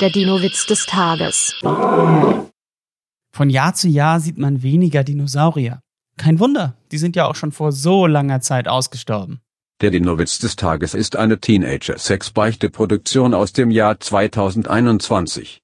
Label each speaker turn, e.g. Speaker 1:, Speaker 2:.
Speaker 1: Der Dino-Witz des Tages.
Speaker 2: Von Jahr zu Jahr sieht man weniger Dinosaurier. Kein Wunder, die sind ja auch schon vor so langer Zeit ausgestorben.
Speaker 3: Der Dinowitz des Tages ist eine Teenager-Sex-Beichte-Produktion aus dem Jahr 2021.